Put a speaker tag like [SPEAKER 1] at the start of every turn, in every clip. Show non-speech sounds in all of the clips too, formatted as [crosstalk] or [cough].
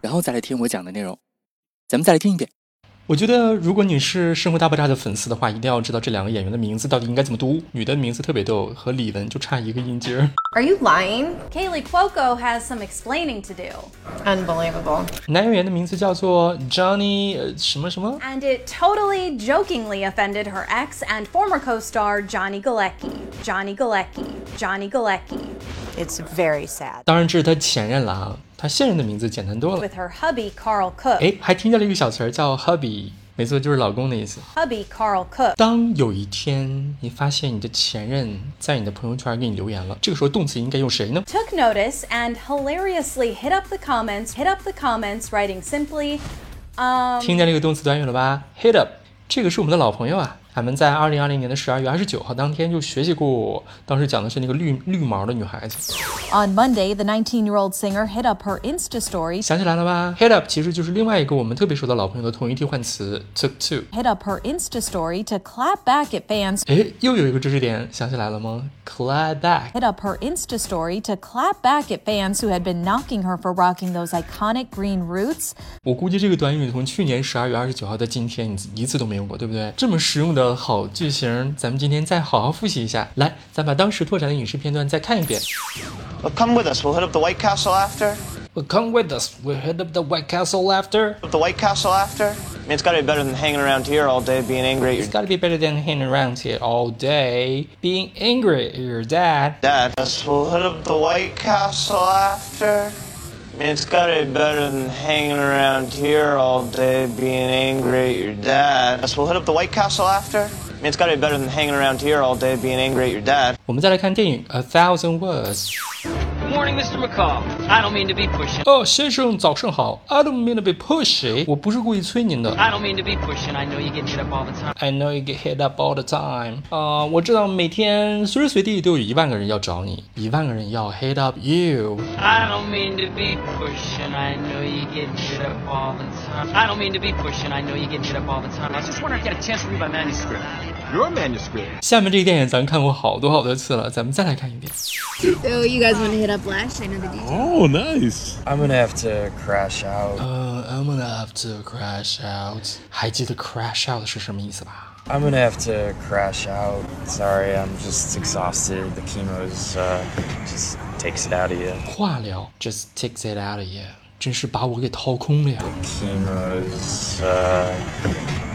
[SPEAKER 1] 然后再来听我讲的内容。咱们再来听一遍。我觉得，如果你是《生活大爆炸》的粉丝的话，一定要知道这两个演员的名字到底应该怎么读。女的名字特别逗，和李玟就差一个音节儿。 [laughs]
[SPEAKER 2] Are you lying?
[SPEAKER 3] Kaylee Cuoco has some explaining to do,
[SPEAKER 2] Unbelievable.
[SPEAKER 1] 男演员的名字叫做 Johnny 呃什么什么。
[SPEAKER 3] and it totally jokingly offended her ex and former co star Johnny Galecki. Johnny Galecki. Johnny Galecki.
[SPEAKER 2] It's very sad.
[SPEAKER 1] 当然这是他前任了啊，他现任的名字简单多了。
[SPEAKER 3] With her hubby Carl Cook.
[SPEAKER 1] 哎，还听到了一个小词儿叫 hubby，没错，就是老公的意思。
[SPEAKER 3] Hubby Carl Cook.
[SPEAKER 1] 当有一天你发现你的前任在你的朋友圈给你留言了，这个时候动词应该用谁呢？
[SPEAKER 3] Took notice and hilariously hit up the comments, hit up the comments, writing simply, um,
[SPEAKER 1] 听见这个动词短语了吧？Hit up，这个是我们的老朋友啊。俺们在二零二零年的十二月二十九号当天就学习过，当时讲的是那个绿绿毛的女孩子，
[SPEAKER 4] On Monday, the 19 year old singer hit up her Insta story,
[SPEAKER 1] 想起来了吧？Hit up 其实就是另外一个我们特别熟的老朋友的同义替换词 took two。
[SPEAKER 4] hit up her Insta story to clap back at fans,
[SPEAKER 1] 哎，又有一个知识点，想起来了吗？Clap back。
[SPEAKER 4] hit up her Insta story to clap back at fans who had been knocking her for rocking those iconic green roots
[SPEAKER 1] 我估计这个短语从去年十二月二十九号到今天，你一次都没用过，对不对？这么实用的好句型，咱们今天再好好复习一下。来，咱把当时拓展的影视片段再看一遍。
[SPEAKER 5] Well, come with us. We'll hit up the White Castle after.
[SPEAKER 1] Come with us, we head up the White Castle after.
[SPEAKER 5] Up the White Castle after. I mean, it's got to be better than hanging around here all day being angry at your
[SPEAKER 1] It's gotta be better than hanging around here all day, being angry at your dad.
[SPEAKER 5] dad. We'll hit up the White Castle after. I mean, it's got to be better than hanging around here all day being angry at your dad. We'll hit up the White Castle after. I mean, it's got to be better than hanging around here all day being angry at your dad.
[SPEAKER 1] 我们再来看电影《A Thousand Words》。
[SPEAKER 6] Morning, Mr. McCall. I don't mean to be pushing.
[SPEAKER 1] 哦，先生，早上好。I don't mean to be pushy，我不是故意催您的。
[SPEAKER 6] I don't mean to be pushing. I know you get hit up all the time.
[SPEAKER 1] I know you get hit up all the time。啊，我知道每天随时随地都有一万个人要找你，一万个人要 hit up you。
[SPEAKER 6] I don't mean to be pushing. I know you get hit up all the time. I don't mean to be pushing. I know you get hit up all the time. I was just wondering if you had a chance to read my manuscript. Your manuscript?
[SPEAKER 1] 下面这个电影咱看过好多好多次了，咱们再来看一遍。
[SPEAKER 7] So you guys want to hit up Lash? I know the details.
[SPEAKER 8] Oh, nice.
[SPEAKER 5] I'm gonna have to crash out.
[SPEAKER 1] 呃、i m gonna have to crash out。还记得 crash out 是什么意思吧？
[SPEAKER 5] I'm gonna have to crash out. Sorry, I'm just exhausted. The chemo's uh, just takes it out of you.
[SPEAKER 1] 化疗，just takes it out of you，真是把我给掏空了呀！
[SPEAKER 5] Chemo's uh,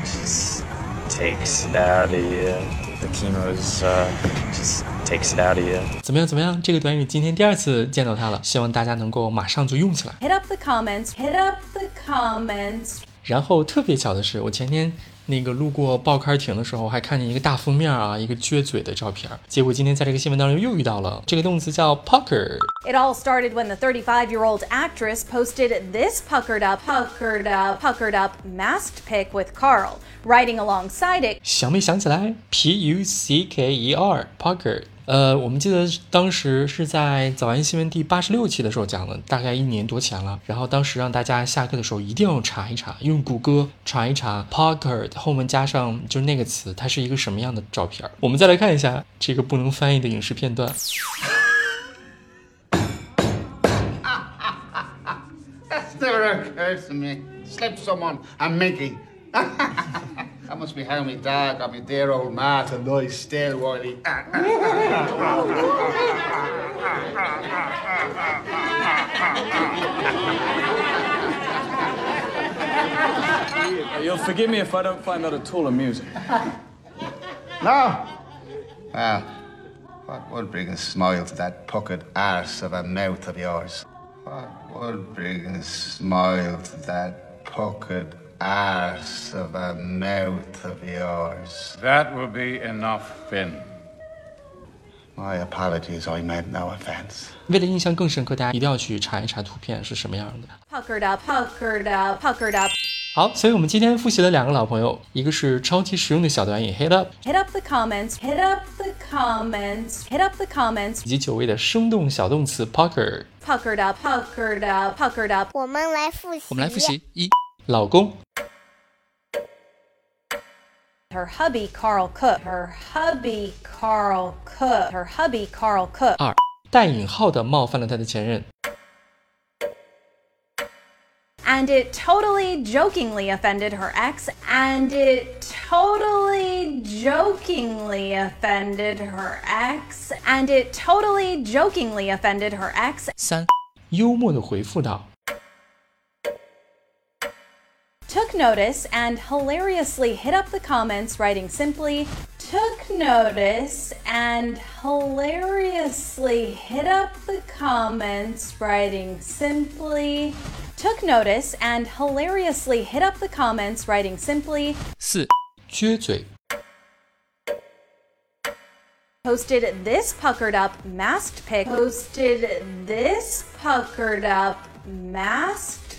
[SPEAKER 5] just takes it out of you. The chemo's uh, just takes it out of you.
[SPEAKER 1] 怎么样，怎么样？这个短语今天第二次见到它了，希望大家能够马上就用起来。
[SPEAKER 3] hit up the comments, hit up the comments,
[SPEAKER 1] 然后特别巧的是，我前天那个路过报刊亭的时候，还看见一个大封面啊，一个撅嘴的照片儿。结果今天在这个新闻当中又遇到了，这个动词叫 pucker。
[SPEAKER 3] It all started when the 35 year old actress posted this puckered up, puckered up, puckered up masked pic with Carl, riding alongside it.
[SPEAKER 1] 想没想起来？P U C K E R pucker。呃，我们记得当时是在《早安新闻》第八十六期的时候讲了，大概一年多前了。然后当时让大家下课的时候一定要查一查，用谷歌查一查 pucker 后面加上就是那个词，它是一个什么样的照片儿。我们再来看一下这个不能翻译的影视片段。
[SPEAKER 8] That's never occurred to me. Slip someone, I'm [laughs] Mickey. I must be how me dog got me dear old ma to lie still while he...
[SPEAKER 5] You'll forgive me if I don't find that at all amusing.
[SPEAKER 8] No! Well, what would bring a smile to that puckered arse of a mouth of yours? What would bring a smile to that puckered arse of a mouth of yours? That will be enough, Finn. My apologies, I meant no offense.
[SPEAKER 9] 为了印象更深刻，大家一定要去查一查图片是什么样的。
[SPEAKER 3] Puckered up, puckered up, puckered up.
[SPEAKER 9] 好，所以我们今天复习了两个老朋友，一个是超级实用的小短语 Hit Up，
[SPEAKER 3] Hit up the comments, hit up the comments, hit up the comments.
[SPEAKER 9] 以及九位的生动小动词 Pucker。
[SPEAKER 3] Puckered up, puckered up, puckered up.
[SPEAKER 10] 我们来复习。
[SPEAKER 9] 我们来复习一，老公
[SPEAKER 3] Her hubby Carl Cook. Her hubby Carl Cook. Her hubby Carl Cook.
[SPEAKER 9] 二，带引号的冒犯了他的前任
[SPEAKER 3] And it totally jokingly offended her ex. And it totally jokingly offended her ex. And it totally jokingly offended her ex.
[SPEAKER 9] 三，幽默的回复道
[SPEAKER 3] Took notice and hilariously hit up the comments, writing simply, Took notice and hilariously hit up the comments, writing simply, Took notice and hilariously hit up the comments, writing simply,
[SPEAKER 9] 四，撅嘴
[SPEAKER 3] Posted this puckered up mast pic. Posted this puckered up mast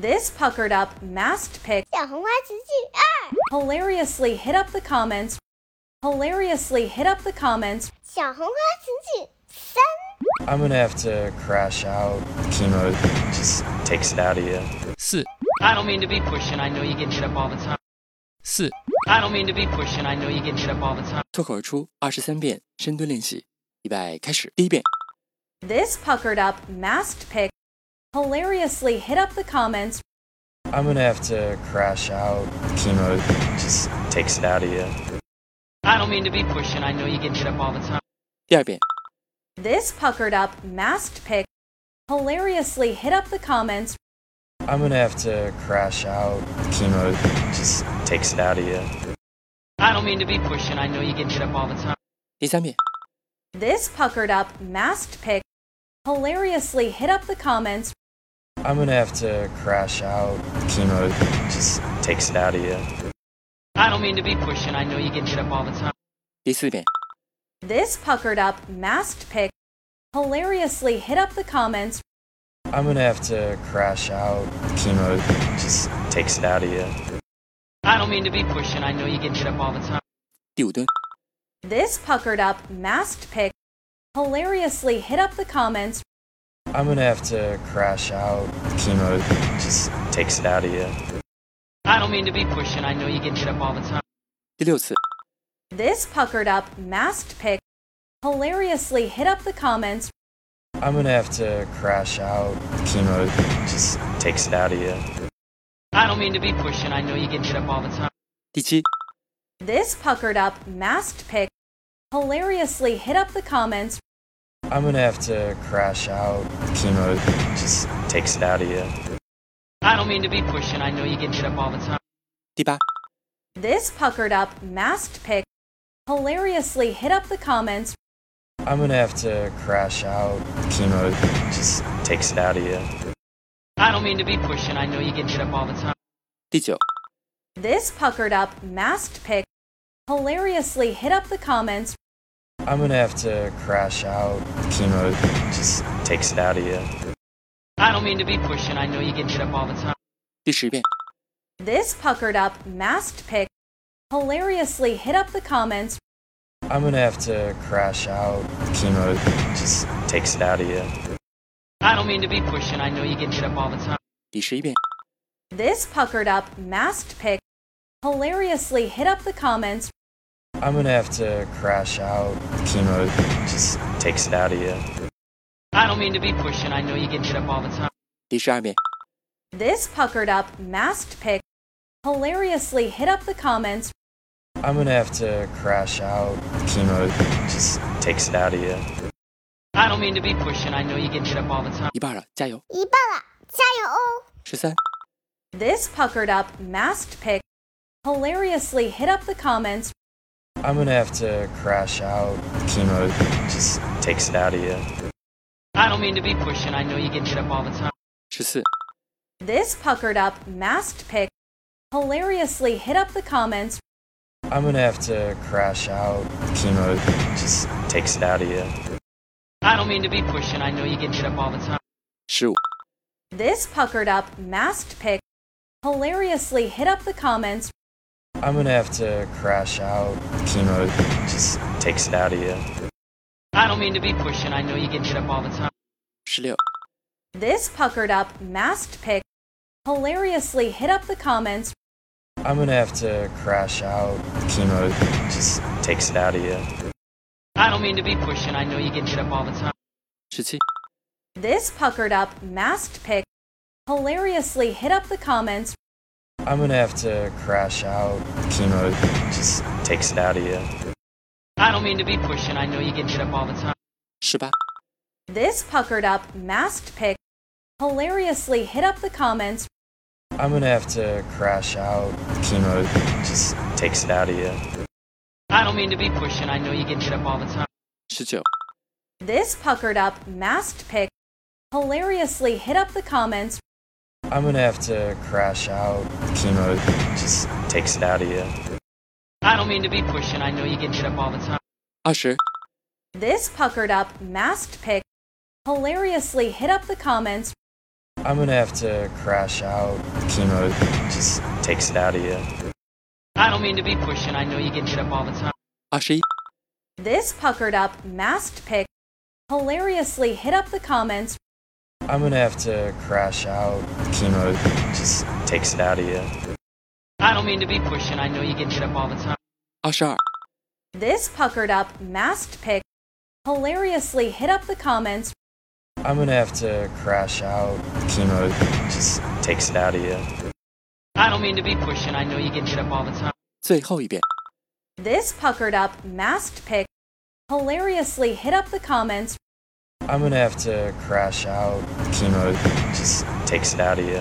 [SPEAKER 3] This puckered up mast pic.
[SPEAKER 10] 小红花词句二，
[SPEAKER 3] Hilariously hit up the comments. Hilariously hit up the comments.
[SPEAKER 10] 小红花词句三，
[SPEAKER 11] I'm gonna have to crash out. Chemo just takes it out of you.
[SPEAKER 9] 四
[SPEAKER 6] I don't mean to be pushing. I know you get shit up all the time.
[SPEAKER 9] 四，
[SPEAKER 6] I don't mean to be pushing. I know you get shit up all the time.
[SPEAKER 1] 脱口而出二十三遍深蹲练习，预备开始。第一遍，
[SPEAKER 3] This puckered up mast pic. Hilariously hit up the comments,
[SPEAKER 11] I'm gonna have to crash out. Chemo just takes it out of you.
[SPEAKER 6] I don't mean to be pushing. I know you get shit up all the time.
[SPEAKER 1] 第二遍，
[SPEAKER 3] This puckered up mast pic hilariously hit up the comments,
[SPEAKER 11] I'm gonna have to crash out. Chemo just takes it out of you.
[SPEAKER 6] I don't mean to be pushing. I know you get shit up all the time.
[SPEAKER 1] 第三遍，
[SPEAKER 3] this puckered up mast pic hilariously hit up the comments,
[SPEAKER 11] I'm gonna have to crash out. Chemo just takes it out of you.
[SPEAKER 6] I don't mean to be pushing. I know you get shit up all the time.
[SPEAKER 1] 第四遍，
[SPEAKER 3] this puckered up mast pic hilariously hit up the comments,
[SPEAKER 11] I'm gonna have to crash out. Chemo just takes it out of you.
[SPEAKER 6] I don't mean to be pushing. I know you get shit up all the time.
[SPEAKER 1] 第五蹲，
[SPEAKER 3] this puckered up mast pic hilariously hit up the comments,
[SPEAKER 11] I'm gonna have to crash out. Chemo just takes it out of you.
[SPEAKER 6] I don't mean to be pushing. I know you get shit up all the time.
[SPEAKER 1] 第六次，
[SPEAKER 3] this puckered up mast pic hilariously hit up the comments,
[SPEAKER 11] I'm gonna have to crash out. Chemo just takes it out of you.
[SPEAKER 6] I don't mean to be pushing. I know you get shit up all the time.
[SPEAKER 1] 第七，
[SPEAKER 3] This puckered up mast pic hilariously hit up the comments,
[SPEAKER 11] I'm gonna have to crash out. Chemo just takes it out of you.
[SPEAKER 6] I don't mean to be pushing. I know you get shit up all the time.
[SPEAKER 1] 第八，
[SPEAKER 3] this puckered up mast pic hilariously hit up the comments,
[SPEAKER 11] I'm gonna have to crash out. Chemo just takes it out of you.
[SPEAKER 6] I don't mean to be pushing. I know you get shit up all the time.
[SPEAKER 1] 第九，
[SPEAKER 3] this puckered up mast pic hilariously hit up the comments,
[SPEAKER 11] I'm gonna have to crash out. Chemo just takes it out of you.
[SPEAKER 6] I don't mean to be pushing. I know you get shit up all the time.
[SPEAKER 1] 第十遍，
[SPEAKER 3] this puckered up mast pic hilariously hit up the comments,
[SPEAKER 11] I'm gonna have to crash out. Chemo just takes it out of you.
[SPEAKER 6] I don't mean to be pushing. I know you get shit up all the time.
[SPEAKER 1] 第十一遍，
[SPEAKER 3] this puckered up mast pic hilariously hit up the comments,
[SPEAKER 11] I'm gonna have to crash out. Chemo just takes it out of you.
[SPEAKER 6] I don't mean to be pushing. I know you get shit up all the time.
[SPEAKER 1] 第十二遍，
[SPEAKER 3] This puckered up mast pic hilariously hit up the comments,
[SPEAKER 11] I'm gonna have to crash out. Chemo just takes it out of you.
[SPEAKER 6] I don't mean to be pushing. I know you get shit up all the time.
[SPEAKER 1] 一半了，加油！
[SPEAKER 10] 一半了，加油哦！
[SPEAKER 1] 十三、
[SPEAKER 3] This puckered up, masked pic hilariously hit up the comments,
[SPEAKER 11] I'm gonna have to crash out. Chemo just takes it out of you.
[SPEAKER 6] I don't mean to be pushing. I know you get shit up all the time.
[SPEAKER 1] 十四、
[SPEAKER 3] this puckered up, masked pic hilariously hit up the comments,
[SPEAKER 11] I'm gonna have to crash out. Chemo just takes it out of you.
[SPEAKER 6] I don't mean to be pushing. I know you get shit up all the time.
[SPEAKER 1] 十五、
[SPEAKER 3] this puckered up, masked pic hilariously hit up the comments,
[SPEAKER 11] I'm gonna have to crash out. Chemo just takes it out of you.
[SPEAKER 6] I don't mean to be pushing. I know you get shit up all the time.
[SPEAKER 1] 十六、
[SPEAKER 3] this puckered up, masked pic hilariously hit up the comments,
[SPEAKER 11] I'm gonna have to crash out. Chemo just takes it out of you.
[SPEAKER 6] I don't mean to be pushing. I know you get shit up all the time.
[SPEAKER 1] 十七、
[SPEAKER 3] this puckered up, masked pic hilariously hit up the comments,
[SPEAKER 11] I'm gonna have to crash out. Chemo just takes it out of you.
[SPEAKER 6] I don't mean to be pushing. I know you get shit up all the time.
[SPEAKER 1] 十八、
[SPEAKER 3] This puckered up, masked pic hilariously hit up the comments,
[SPEAKER 11] I'm gonna have to crash out. Chemo just takes it out of you.
[SPEAKER 6] I don't mean to be pushing. I know you get shit up all the time.
[SPEAKER 1] 十九、
[SPEAKER 3] this puckered up, masked pic hilariously hit up the comments,
[SPEAKER 11] I'm gonna have to crash out. Chemo just takes it out of you.
[SPEAKER 6] I don't mean to be pushing. I know you get shit up all the time.
[SPEAKER 1] 二十、
[SPEAKER 3] this puckered up, masked pic hilariously hit up the comments,
[SPEAKER 11] I'm gonna have to crash out. Chemo just takes it out of you.
[SPEAKER 6] I don't mean to be pushing. I know you get shit up all the time.
[SPEAKER 1] 二十一、
[SPEAKER 3] this puckered up, masked pic hilariously hit up the comments,
[SPEAKER 11] I'm gonna have to crash out. Chemo just takes it out of you.
[SPEAKER 6] I don't mean to be pushing. I know you get shit up all the time.
[SPEAKER 1] 二十二、
[SPEAKER 3] this puckered up, masked pic hilariously hit up the comments,
[SPEAKER 11] I'm gonna have to crash out. Chemo just takes it out of you.
[SPEAKER 6] I don't mean to be pushing. I know you get shit up all the time.
[SPEAKER 1] 最后一遍。
[SPEAKER 3] this puckered up, masked pic hilariously hit up the comments,
[SPEAKER 11] I'm gonna have to crash out. Chemo just takes it out of you.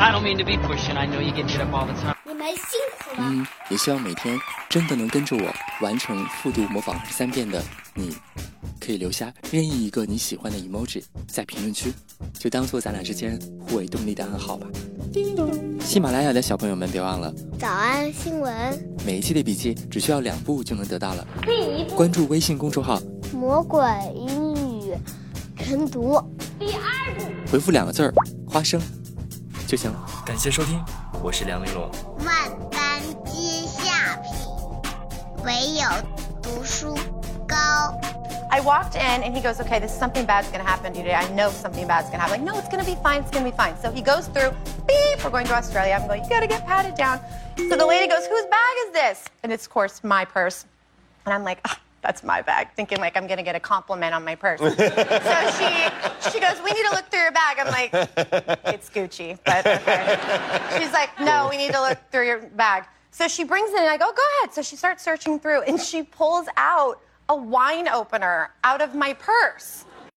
[SPEAKER 6] I don't mean to be pushing. I know you get shit up all the time.
[SPEAKER 10] 你们辛苦了。
[SPEAKER 1] 嗯，也希望每天真的能跟着我完成复读模仿二十三遍的你，可以留下任意一个你喜欢的 emoji 在评论区，就当做咱俩之间互为动力的暗号吧。
[SPEAKER 12] 叮咚。
[SPEAKER 1] 喜马拉雅的小朋友们，别忘了
[SPEAKER 9] 嗯
[SPEAKER 10] 早安新闻，
[SPEAKER 1] 每一期的笔记只需要两步就能得到了。
[SPEAKER 13] 第一步，
[SPEAKER 1] 关注微信公众号，
[SPEAKER 10] 魔鬼英语晨读。
[SPEAKER 13] 第二步，
[SPEAKER 1] 回复两个字儿“花生”就行了。感谢收听，我是梁丽罗。
[SPEAKER 10] 万般皆下品，唯有读书高。
[SPEAKER 2] I walked in and he goes, okay, this something bad's gonna happen to you today. I know something bad's gonna happen. Like, no, it's gonna be fine, it's gonna be fine. So he goes through, beep, we're going to Australia. I'm going, you gotta get patted down. So the lady goes, whose bag is this? And it's, of course, my purse. And I'm like, "Ah, that's my bag, thinking like I'm gonna get a compliment on my purse. so she she goes, we need to look through your bag. I'm like, it's Gucci, but okay. She's like, no, we need to look through your bag. So she brings it, and I go, go ahead. So she starts searching through, and she pulls out a wine opener out of my purse.